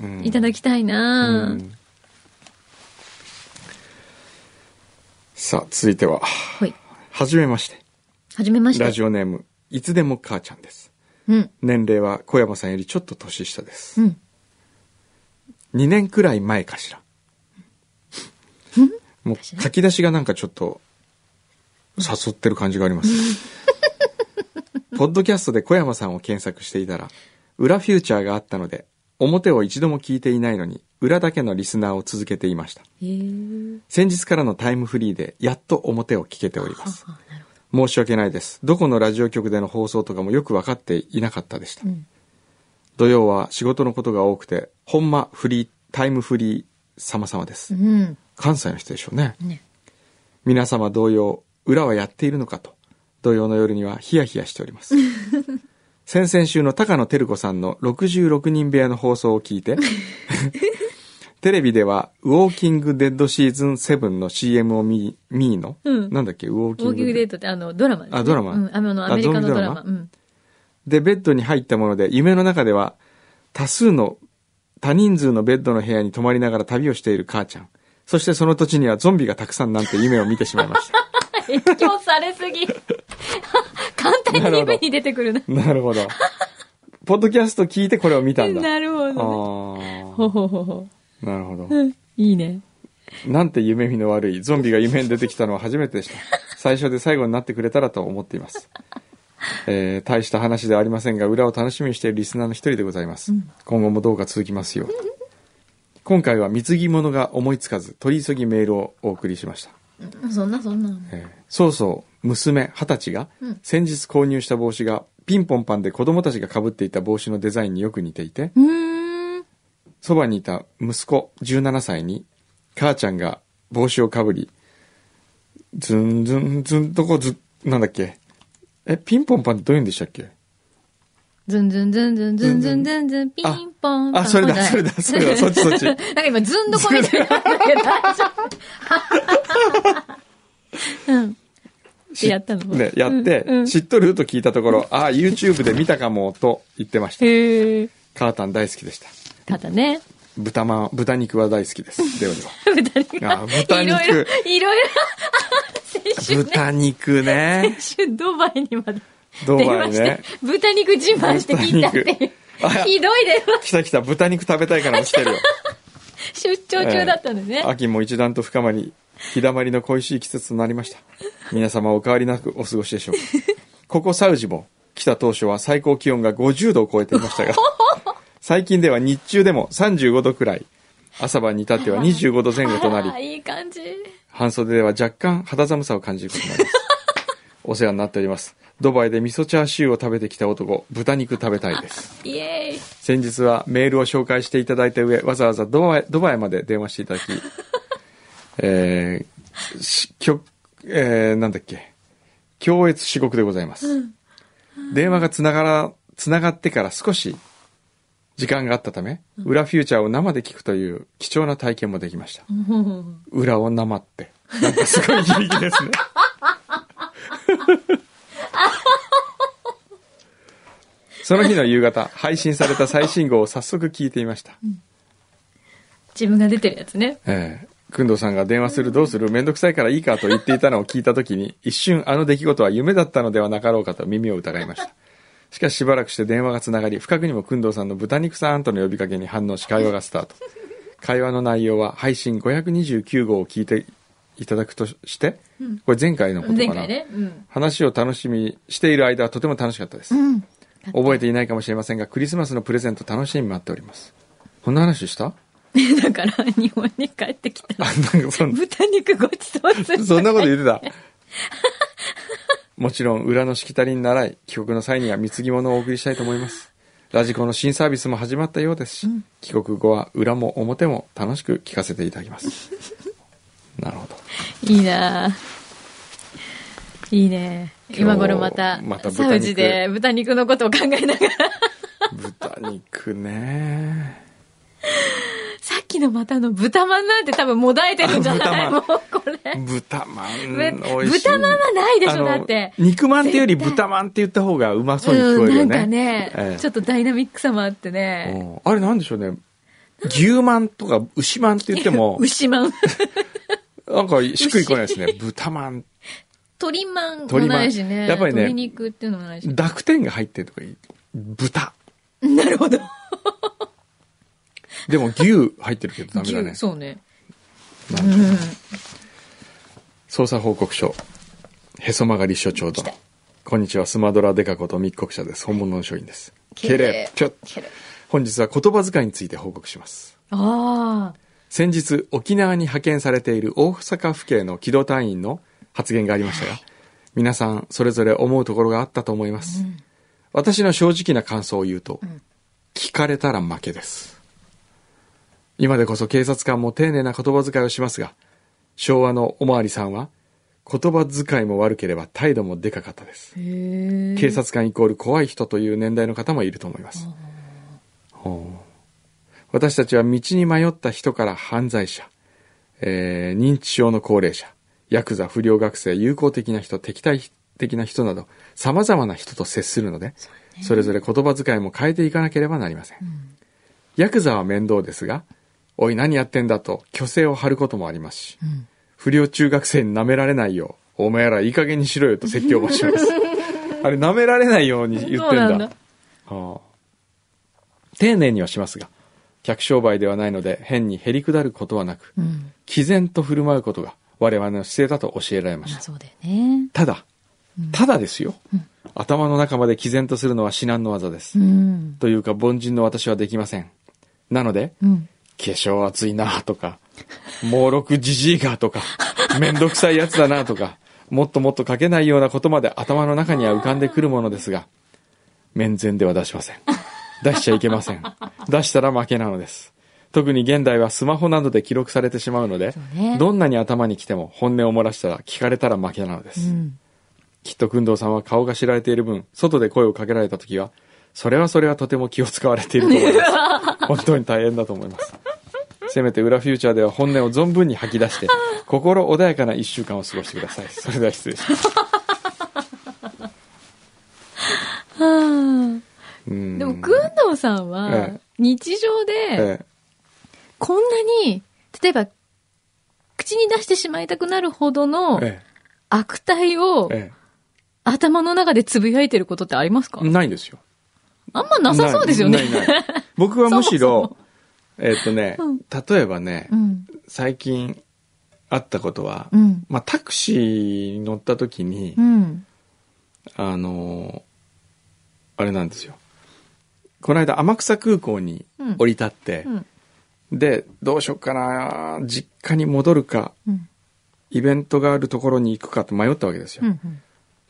Speaker 1: うん
Speaker 2: いただきたいな、
Speaker 1: うんさあ続いては
Speaker 2: はい。
Speaker 1: はじめまして。
Speaker 2: はじめまして。
Speaker 1: ラジオネーム、いつでも母ちゃんです。
Speaker 2: うん。
Speaker 1: 年齢は小山さんよりちょっと年下で
Speaker 2: う
Speaker 1: す。
Speaker 2: ん。
Speaker 1: 2年くらい前かしら。もう
Speaker 2: かしら
Speaker 1: 書き出しがなんかちょっと、誘ってる感じがあ ります。ポッドキャストで小山さんを検索していたら、裏フューチャーがあったので、表を一度も聞いていないのに、裏だけのリスナーを続けていました。
Speaker 2: へー
Speaker 1: 先日からのタイムフリーで、やっと表を聞けておりま
Speaker 2: は
Speaker 1: す。
Speaker 2: はなるほ
Speaker 1: 申し訳ないです。どこのラジオ局での放送とかもよく分かっていなかったでした。
Speaker 2: ど。うん。
Speaker 1: 土曜は仕事のことが多くて、ほんまフリー、タイムフリー様々です。
Speaker 2: うん。
Speaker 1: 関西の人でしょうね。
Speaker 2: ね。
Speaker 1: 皆様同様、裏はやっているのかと、土曜の夜にはヒヤヒヤしてお ります。先々週の高野照子さんの66人部屋の放送を聞いて、 テレビでは、ウォーキングデッドシーズン7の CM を見、見ーの、
Speaker 2: うん
Speaker 1: なんだっけ、ウォーキ
Speaker 2: ウォ
Speaker 1: ン
Speaker 2: ー
Speaker 1: グ
Speaker 2: キングデートってあの、ドラマです、ね。
Speaker 1: あドラマ
Speaker 2: うん。あの、アメリカのドラマ。
Speaker 1: あゾ
Speaker 2: うん。
Speaker 1: で、ベッドに入ったもので、夢の中では、多数の、多人数のベッドの部屋に泊まりながら旅をしている母ちゃん。そしてその土地にはゾンビがたくさんなんて夢を見てしまいました。
Speaker 2: 影響されすぎ。簡単に夢に出てくるな。
Speaker 1: なるほど。ポッドキャスト聞いてこれを見たんだ。
Speaker 2: なるほ
Speaker 1: あ
Speaker 2: ど、ね。
Speaker 1: ー
Speaker 2: ほほほほ。
Speaker 1: なるほど。
Speaker 2: うんいいね。
Speaker 1: なんて夢見の悪い、ゾンビが夢に出てきたのは初めてでした。最初で最後になってくれたらと思っています。えー大した話ではありませんが裏を楽しみにしているリスナーの一人でございます、今後もどうか続きますよう今回は貢ぎ物が思いつかず取り急ぎメールをお送りしました、
Speaker 2: そんなそんな。
Speaker 1: えーそうそう娘二十歳が
Speaker 2: うん
Speaker 1: 先日購入した帽子がピンポンパンで子供たちがかぶっていた帽子のデザインによく似ていて
Speaker 2: うーん。
Speaker 1: そばにいた息子17歳に母ちゃんが帽子をかぶりズンズンズンとこずなんだっけえピンポンパンってどういうんでしたっけ
Speaker 2: ズンズンズンズンズンズンズンズン、ピ
Speaker 1: あ
Speaker 2: ンポン。
Speaker 1: あそれだ
Speaker 2: パン
Speaker 1: それだそれだそっちそっ ち
Speaker 2: なんか今、ズンどこみたいになったけど、大丈夫。うん。
Speaker 1: し
Speaker 2: やったの
Speaker 1: ね、やって、
Speaker 2: うんうん
Speaker 1: 知っとると聞いたところ、ああ、YouTube で見たかも、と言ってました。
Speaker 2: へえ。
Speaker 1: 母さん大好きでした。
Speaker 2: ただね。
Speaker 1: 豚まん、豚肉は大好きです。では では。
Speaker 2: 豚肉。
Speaker 1: あ豚肉
Speaker 2: いろいろ、いろいろ。先週ね、
Speaker 1: 豚 肉ね。
Speaker 2: 先週ドバイにまで
Speaker 1: ド
Speaker 2: 電
Speaker 1: バイ
Speaker 2: 話して
Speaker 1: ね。、
Speaker 2: 豚肉自慢して聞いたっていう
Speaker 1: 豚肉あ。
Speaker 2: ひどい電話、
Speaker 1: 来た来た、豚肉食べたいからも来てるよ。
Speaker 2: 出張中だったんだね。
Speaker 1: 秋も一段と深まり、日だまりの恋しい季節となりました。皆様お変わりなくお過ごしでしょうか。ここサウジも、来た当初は最高気温が50度を超えていましたが、最近では日中でも35度くらい、朝晩に至っては25度前後となり
Speaker 2: あ、ーいい感じ。
Speaker 1: 半袖では若干肌寒さを感じることもあります。お世話になっております。ドバイで味噌チャーシューを食べてきた男、豚肉食べたいです。
Speaker 2: イエーイ。
Speaker 1: 先日はメールを紹介していただいた上、わざわざドバイドバイまで電話していただき、えー、しきょえーなんだっけ、強越至極でございます。電話がつながら、つながってから少し時間があったため、裏フューチャーを生で聞くという貴重な体験もできました。裏を生って。なんかすごい響きですね。その日の夕方、配信された最新号を早速聞いていました。
Speaker 2: 自分が出てるやつね。
Speaker 1: ええくんどうさんが電話するどうするめんどくさいからいいかと言っていたのを聞いたときに、一瞬あの出来事は夢だったのではなかろうかと耳を疑いました。しかししばらくして電話がつながり、深くにもくんどうさんの豚肉さんとの呼びかけに反応し会話がスタート。会話の内容は配信529号を聞いていただくとして、これ前回のことか
Speaker 2: 前
Speaker 1: な。
Speaker 2: 回ね。うん。
Speaker 1: 話を楽しみにしている間はとても楽しかったです。
Speaker 2: うん。
Speaker 1: 覚えていないかもしれませんが、クリスマスのプレゼント楽しみに待っております。こんな話した
Speaker 2: だから、日本に帰ってきた
Speaker 1: あ、
Speaker 2: ら、
Speaker 1: なんかそんな。
Speaker 2: 豚肉ごちそうする。
Speaker 1: そんなこと言ってた。もちろん、裏のしきたりに習い、帰国の際には貢ぎ物をお送りしたいと思います。ラジコの新サービスも始まったようですし、帰国後は裏も表も楽しく聞かせていただきます。 なるほど。
Speaker 2: いいなあいいね。
Speaker 1: 今日
Speaker 2: 今頃また、
Speaker 1: また
Speaker 2: サ
Speaker 1: 豚肉
Speaker 2: ウジで豚肉のことを考え ながら、
Speaker 1: 豚肉ね。
Speaker 2: さっきのまたの豚まんなんて多分もだえてるんじゃない
Speaker 1: あ
Speaker 2: もう
Speaker 1: 豚
Speaker 2: これ。
Speaker 1: 豚まん、
Speaker 2: ぶ
Speaker 1: 美味 しい。
Speaker 2: 豚まんはないでし
Speaker 1: あ
Speaker 2: ょ、
Speaker 1: の
Speaker 2: だって。
Speaker 1: 肉まんっていうより豚まんって言った方がうまそうに聞こえるよね。
Speaker 2: うん、なんかね、
Speaker 1: ええ
Speaker 2: ちょっとダイナミックさもあってね。、
Speaker 1: うんあれなんでしょうね。牛まんとか牛まんって言っても
Speaker 2: 牛まん。
Speaker 1: なんかしっくりこない ですね。豚まん。
Speaker 2: 鶏まんも
Speaker 1: 鶏まん
Speaker 2: ないしね。
Speaker 1: やっぱりね
Speaker 2: 鶏肉っていうのもないし。
Speaker 1: 濁点が入ってるとかいい。豚。
Speaker 2: なるほど。
Speaker 1: でも牛入ってるけどダメだね
Speaker 2: 牛。そうね。
Speaker 1: なんでしょうね捜査報告書。へそ曲がり所長殿。こんにちは、スマドラデカこと密告者です。本物の書院です。けれ、ぴょっ。
Speaker 2: けれ
Speaker 1: 本日は言葉遣いについて報告します。
Speaker 2: ああ。
Speaker 1: 先日沖縄に派遣されている大阪府警の機動隊員の発言がありましたが、皆さんそれぞれ思うところがあったと思います、私の正直な感想を言うと、聞かれたら負けです今でこそ警察官も丁寧な言葉遣いをしますが昭和のおまわりさんは言葉遣いも悪ければ態度もでかかったです
Speaker 2: へえ。
Speaker 1: 警察官イコール怖い人という年代の方もいると思います。ほう私たちは道に迷った人から犯罪者、えー認知症の高齢者、ヤクザ、不良学生、友好的な人、敵対的な人など、様々な人と接するので、そ,、れぞれ言葉遣いも変えていかなければなりません。ヤクザは面倒ですが、おい何やってんだと虚勢を張ることもありますし、不良中学生に舐められないよう、お前らいい加減にしろよと説教も します。あれ、舐められないように言ってんだ。
Speaker 2: そうなんだ
Speaker 1: はあ丁寧にはしますが、客商売ではないので変にへりくだることはなく、
Speaker 2: うん。
Speaker 1: 毅然と振る舞うことが我々の姿勢だと教えられま
Speaker 2: ま
Speaker 1: し
Speaker 2: あ
Speaker 1: た。
Speaker 2: そうだよね。
Speaker 1: ただ、ただですよ、
Speaker 2: うん
Speaker 1: 頭の中まで毅然とするのは至難の技です、
Speaker 2: うん。
Speaker 1: というか凡人の私はできませんなので
Speaker 2: うん。
Speaker 1: 化粧熱いなとか猛録じじいがとかめんどくさいやつだなとかもっともっと書けないようなことまで頭の中には浮かんでくるものですが面前では出しません出しちゃいけません出したら負けなのです特に現代はスマホなどで記録されてしまうので
Speaker 2: そうね
Speaker 1: どんなに頭にきても本音を漏らしたら聞かれたら負けなので
Speaker 2: う
Speaker 1: す、
Speaker 2: ん。
Speaker 1: きっと工藤さんは顔が知られている分外で声をかけられた時はそれはそれはとても気を使われていると思いま す本当に大変だと思いますせめて裏フューチャーでは本音を存分に吐き出して心穏やかな1週間を過ごしてくださいそれでは失礼します
Speaker 2: はあ。
Speaker 1: うん
Speaker 2: でも、くんどうさん
Speaker 1: え
Speaker 2: は
Speaker 1: え、
Speaker 2: 日常で、
Speaker 1: ええ
Speaker 2: こんなに、例えば、口に出してしまいたくなるほどの
Speaker 1: え
Speaker 2: 悪態を
Speaker 1: ええ
Speaker 2: 頭の中でつぶやいてることってありますか
Speaker 1: えないんですよ
Speaker 2: あんまなさそうですよね。
Speaker 1: ないないない僕はむし
Speaker 2: そ
Speaker 1: ろ
Speaker 2: も
Speaker 1: えっとね
Speaker 2: うん
Speaker 1: 例えばね
Speaker 2: うん。
Speaker 1: 最近あったことは
Speaker 2: うん。
Speaker 1: まあタクシーに乗った時に
Speaker 2: うん。
Speaker 1: あのーあれなんですよ。この間天草空港に降り立って
Speaker 2: う、ん。
Speaker 1: で、どうしよっかな、実家に戻るか、
Speaker 2: うん。
Speaker 1: イベントがあるところに行くかって迷ったわけですよ。
Speaker 2: うん。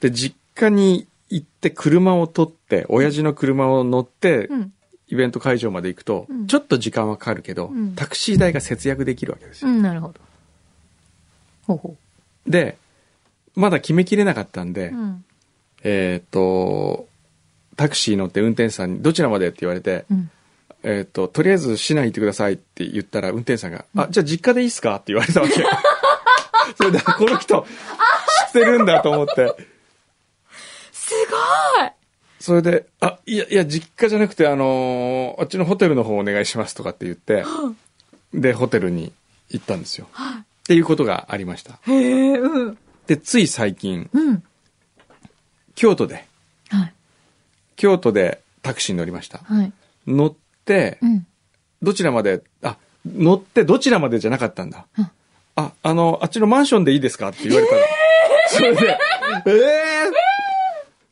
Speaker 1: で、実家に行って車を取って、親父の車を乗って、
Speaker 2: うん。
Speaker 1: イベント会場まで行くと、
Speaker 2: うん
Speaker 1: ちょっと時間はかかるけど、
Speaker 2: うん
Speaker 1: タクシー代が節約できるわけです
Speaker 2: う
Speaker 1: よ。
Speaker 2: ん、なるほど。ほうほ
Speaker 1: で、まだ決めきれなかったんで、
Speaker 2: う。うん。
Speaker 1: えーっと、タクシー乗って運転手さんに、どちらまでって言われて、
Speaker 2: うん。
Speaker 1: えっ、と、とりあえず市内行ってくださいって言ったら、運転手さんが、あ、じゃあ実家でいいっすかって言われたわけ。 それで、あこの人、知ってるんだと思って。
Speaker 2: すごい
Speaker 1: それで、あ、いや、いや、実家じゃなくて、あのーあっちのホテルの方お願いしますとかって言って、で、ホテルに行ったんですよ。っていうことがありました。
Speaker 2: へえ、うん。
Speaker 1: で、つい最近、
Speaker 2: うん。
Speaker 1: 京都で、
Speaker 2: はい。
Speaker 1: 京都でタクシーに乗りました。
Speaker 2: はい。
Speaker 1: 乗って
Speaker 2: う、ん。
Speaker 1: どちらまで、あ、乗ってどちらまでじゃなかったんだ。
Speaker 2: うん
Speaker 1: あ、あの、あっちのマンションでいいですかって言われたの。それで、え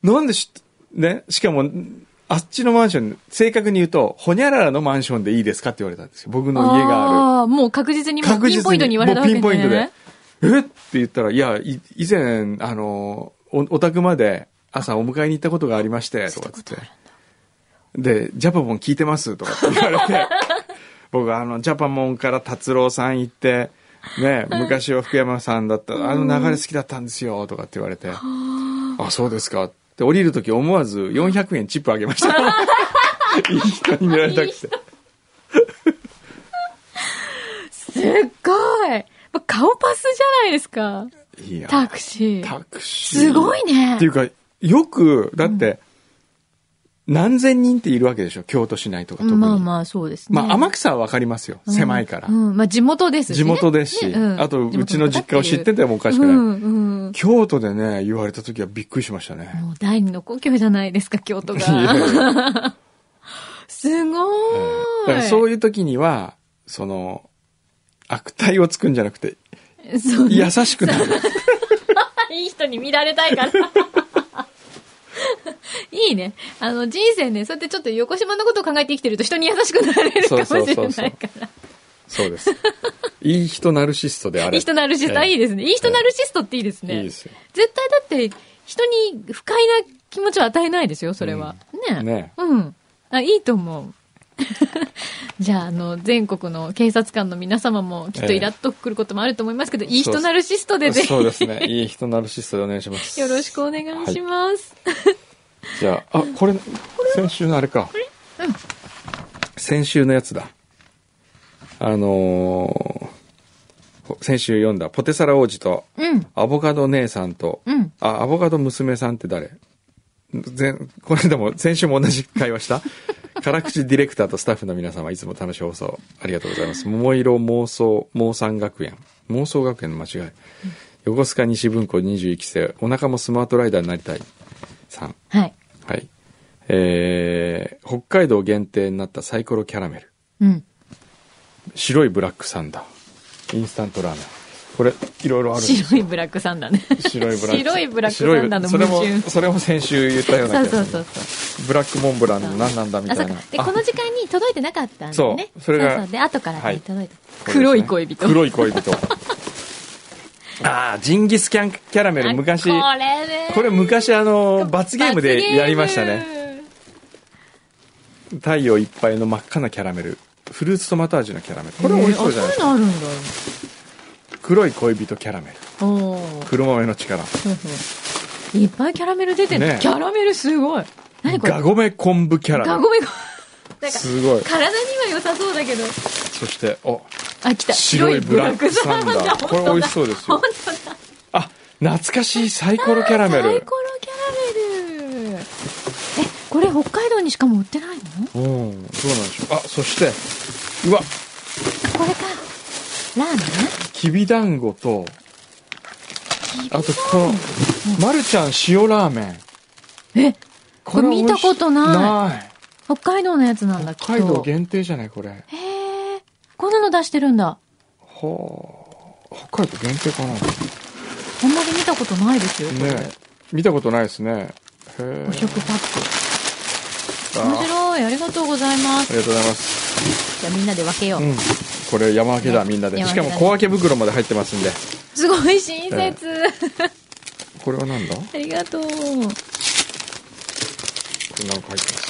Speaker 1: ー、なんでし、ね、しかも、あっちのマンション、正確に言うと、ほにゃららのマンションでいいですかって言われたんですよ。僕の家がある。
Speaker 2: ああ、もう確実にもう
Speaker 1: 確実
Speaker 2: ピン
Speaker 1: に。
Speaker 2: ポイントに言われたわけね。
Speaker 1: もうピンポイントで。えって言ったら、いや、い以前、あの、お、お宅まで朝お迎えに行ったことがありまして、とかっつって。で、ジャパモン聞いてますとかって言われて、 僕あの、ジャパモンから達郎さん行って、ね、昔は福山さんだった、あの流れ好きだったんですよ、とかって言われて、あ、そうですか。って降りるとき思わず400円チップあげ ました。いい人になられたくて。
Speaker 2: すっごいま顔パスじゃないですか。
Speaker 1: いや、
Speaker 2: タクシー。
Speaker 1: タクシー。
Speaker 2: すごいね
Speaker 1: ってい。うか、よく、だって、何千人っているわけでしょ、京都市内とか特に。
Speaker 2: まあ
Speaker 1: まあ、
Speaker 2: まあ、そうですね。
Speaker 1: 天草はわかりますよ、
Speaker 2: うん
Speaker 1: 狭いから。
Speaker 2: うん。まあ、地元ですしね。
Speaker 1: 地元ですし、
Speaker 2: ねうん
Speaker 1: あと、うちの実家を知って
Speaker 2: 地
Speaker 1: てもおかし
Speaker 2: 元
Speaker 1: く
Speaker 2: だ
Speaker 1: ない。
Speaker 2: っていううん、うん。
Speaker 1: 京都でね、言われた時はびっくりしましたね。
Speaker 2: もう第二の故郷じゃないですか、京都
Speaker 1: いやいや
Speaker 2: が。すご
Speaker 1: だから
Speaker 2: い。
Speaker 1: そう
Speaker 2: い
Speaker 1: いう時には、その、悪態をつくんじゃなくて、
Speaker 2: う、そう
Speaker 1: 優しくなる。
Speaker 2: いい人に見られたいから。 いいね。あの、人生ね、そうやってちょっと横島のことを考えて生きてると人に優しくなれるかもしれない
Speaker 1: そ
Speaker 2: か
Speaker 1: うそう
Speaker 2: ら。
Speaker 1: そうそうです。いい人ナルシストであれ。
Speaker 2: いい人ナルシスト、あ
Speaker 1: ええ
Speaker 2: いいですね。いい人ナルシストっていいですね。
Speaker 1: いいですよ。
Speaker 2: 絶対だって、人に不快な気持ちを与えないですよ、それは。ねえ
Speaker 1: ね
Speaker 2: うん。あ、いいと思う。 じゃあ、あの、全国の警察官の皆様もきっとイラッとくることもあると思いますけど、いい人ナルシストでぜひ、
Speaker 1: そう
Speaker 2: よ
Speaker 1: ですね。いい人ナルシストでお願いします。
Speaker 2: ろしくお願いします。
Speaker 1: じゃあ、あ、これ、先週のあれか。
Speaker 2: うん
Speaker 1: 先週のやつだ。あのーほ先週読んだ、ポテサラ王子と、
Speaker 2: うん。
Speaker 1: アボカド姉さんと、
Speaker 2: うん。
Speaker 1: あ、アボカド娘さんって誰前この間も、先週も同じ会 話した辛口ディレクターとスタッフの皆様、いつも楽しい放送、ありがとうございます。桃色妄想、妄想学園。妄想学園の間違い。横須賀西文庫21期生、お腹もスマートライダーになりたい。さん。
Speaker 2: はい。
Speaker 1: はい。えー、北海道限定になったサイコロキャラメル。
Speaker 2: うん。
Speaker 1: 白いブラックサンダー。インスタントラーメン。これ、いろいろあるんですよ
Speaker 2: 白いブラックサンダーね。
Speaker 1: 白いブラック。
Speaker 2: 白いブラックサンダーの
Speaker 1: 白いそ
Speaker 2: 矛
Speaker 1: れも、
Speaker 2: 盾。
Speaker 1: それも先週言ったよう
Speaker 2: そ
Speaker 1: な
Speaker 2: う
Speaker 1: 気
Speaker 2: そ
Speaker 1: が
Speaker 2: う
Speaker 1: す
Speaker 2: そう。。
Speaker 1: る
Speaker 2: そ
Speaker 1: ブラックモンブランの何なんだみ
Speaker 2: うあ、そ
Speaker 1: たいう
Speaker 2: か
Speaker 1: な。。
Speaker 2: で、この時間に届いてなかったんだよね
Speaker 1: そ。うそれが
Speaker 2: そうそうで、後からね
Speaker 1: はい
Speaker 2: 届いた。
Speaker 1: あ
Speaker 2: 黒い恋人。
Speaker 1: 黒い 恋人。ああ、ジンギスキャンキャラメル昔、
Speaker 2: あこれね。
Speaker 1: これ昔あの、罰ゲームでやりましたね。
Speaker 2: ね。
Speaker 1: 太陽いっぱいの真っ赤なキャラメル。フルーツトマト味のキャラメル。これ美味しそうじゃないですか。
Speaker 2: あ、そういうの
Speaker 1: 黒い恋人キャラメル。
Speaker 2: あるんだ。おー
Speaker 1: 黒豆の力。
Speaker 2: そうそういっぱいキャラメル出てる、
Speaker 1: ね
Speaker 2: キャラメルすごい。何これ
Speaker 1: ガゴメ昆布キャラ
Speaker 2: ガ
Speaker 1: メ
Speaker 2: ゴメゴ。な
Speaker 1: ル。
Speaker 2: んか、
Speaker 1: すごい。
Speaker 2: 体には良さそうだけど。
Speaker 1: そして、お、
Speaker 2: あ、来た。
Speaker 1: 白いブラックサンダーこれ美味しそうですよ
Speaker 2: 本当だ。
Speaker 1: あ、懐かしいサイコロキャラメ
Speaker 2: サイ
Speaker 1: ル
Speaker 2: コ。ロキャラメル。え、これ北海道にしかも売ってないの
Speaker 1: うん、そうなんでしょう。あ、そして、うわ、
Speaker 2: これか。ラーメン
Speaker 1: きびだんごと、あとこの、まるちゃん塩ラーメン。
Speaker 2: え、こ
Speaker 1: これ。
Speaker 2: れ見たことない
Speaker 1: ない
Speaker 2: 北海道のやつなんだ、きっと。
Speaker 1: 北海道限定じゃない、これ。
Speaker 2: へえ、こんなの出してるんだ。
Speaker 1: はあ。北海道限定か
Speaker 2: あ
Speaker 1: な。
Speaker 2: んまり見たことないですよ、これ。
Speaker 1: ね見たことないですね。へえ。
Speaker 2: 500パック。
Speaker 1: あ
Speaker 2: 面白い。ありがとうございま
Speaker 1: あ
Speaker 2: す。
Speaker 1: りがとうございます。
Speaker 2: じゃあみんなで分けよう。
Speaker 1: うん。これ山分けだ、
Speaker 2: ね
Speaker 1: みんなで。
Speaker 2: 山
Speaker 1: し
Speaker 2: 分け
Speaker 1: か
Speaker 2: だ
Speaker 1: も小分け袋まで入ってますんで。
Speaker 2: すごい親切。
Speaker 1: これはなんだこ
Speaker 2: ありがとう。
Speaker 1: れなんか入ってま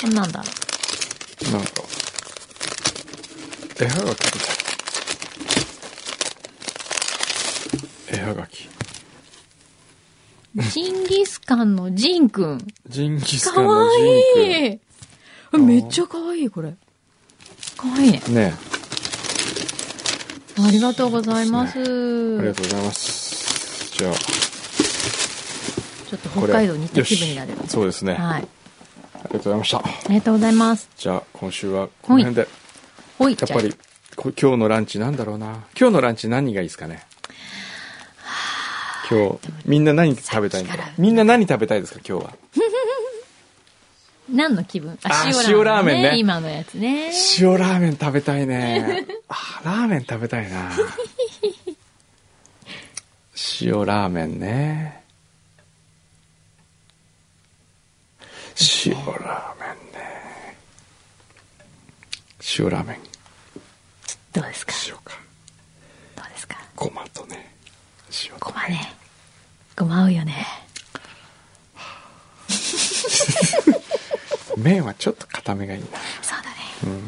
Speaker 2: こんなんだ。
Speaker 1: す。なんか。絵はがきみたい。絵はがき。
Speaker 2: ジンギスカンのジンくん。
Speaker 1: ジンギス
Speaker 2: か
Speaker 1: カンの
Speaker 2: わ
Speaker 1: ジン
Speaker 2: いいあめっちゃかわいい、これ。かわいいね。
Speaker 1: ク。ね
Speaker 2: ありがとうございま
Speaker 1: え。あり
Speaker 2: す。
Speaker 1: がとうございます。じゃあ、
Speaker 2: ちょっと
Speaker 1: こ
Speaker 2: 北
Speaker 1: れ。
Speaker 2: 海道に行った
Speaker 1: よし
Speaker 2: 気分になる。
Speaker 1: そうですね。あ
Speaker 2: はい。
Speaker 1: りがとうございました。
Speaker 2: ありがとうございます。
Speaker 1: じゃあ、今週はこの辺で。
Speaker 2: ほい、
Speaker 1: やっぱり
Speaker 2: じゃ、
Speaker 1: こ今日のランチなんだろうな。今日のランチ何がいいですかね。今日、みんな何食べたいんだろう
Speaker 2: さっきから
Speaker 1: みんな何食べたいですか、今日は。
Speaker 2: あ何の気分
Speaker 1: あ
Speaker 2: あ、
Speaker 1: 塩
Speaker 2: 塩
Speaker 1: ラ
Speaker 2: ラ
Speaker 1: ー
Speaker 2: ー
Speaker 1: メ
Speaker 2: メ
Speaker 1: ン
Speaker 2: ン
Speaker 1: ね
Speaker 2: ね。今のやつね。
Speaker 1: 塩ラーメン食べたいね。あ、ラーメン食べたいな。塩ラーメンね。塩ラーメンね。塩ラーメン
Speaker 2: どうですか
Speaker 1: 塩か。
Speaker 2: どうですか
Speaker 1: ごまとね。塩と
Speaker 2: ごまね。ごま合うよね。
Speaker 1: 麺はちょっと固めがいいな。
Speaker 2: そうだね。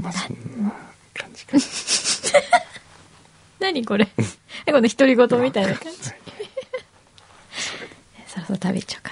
Speaker 1: まあ、そんな感じかな。
Speaker 2: 何 これえこの独り言みたいな感じ。
Speaker 1: はい
Speaker 2: そろそろ食べちゃおうか。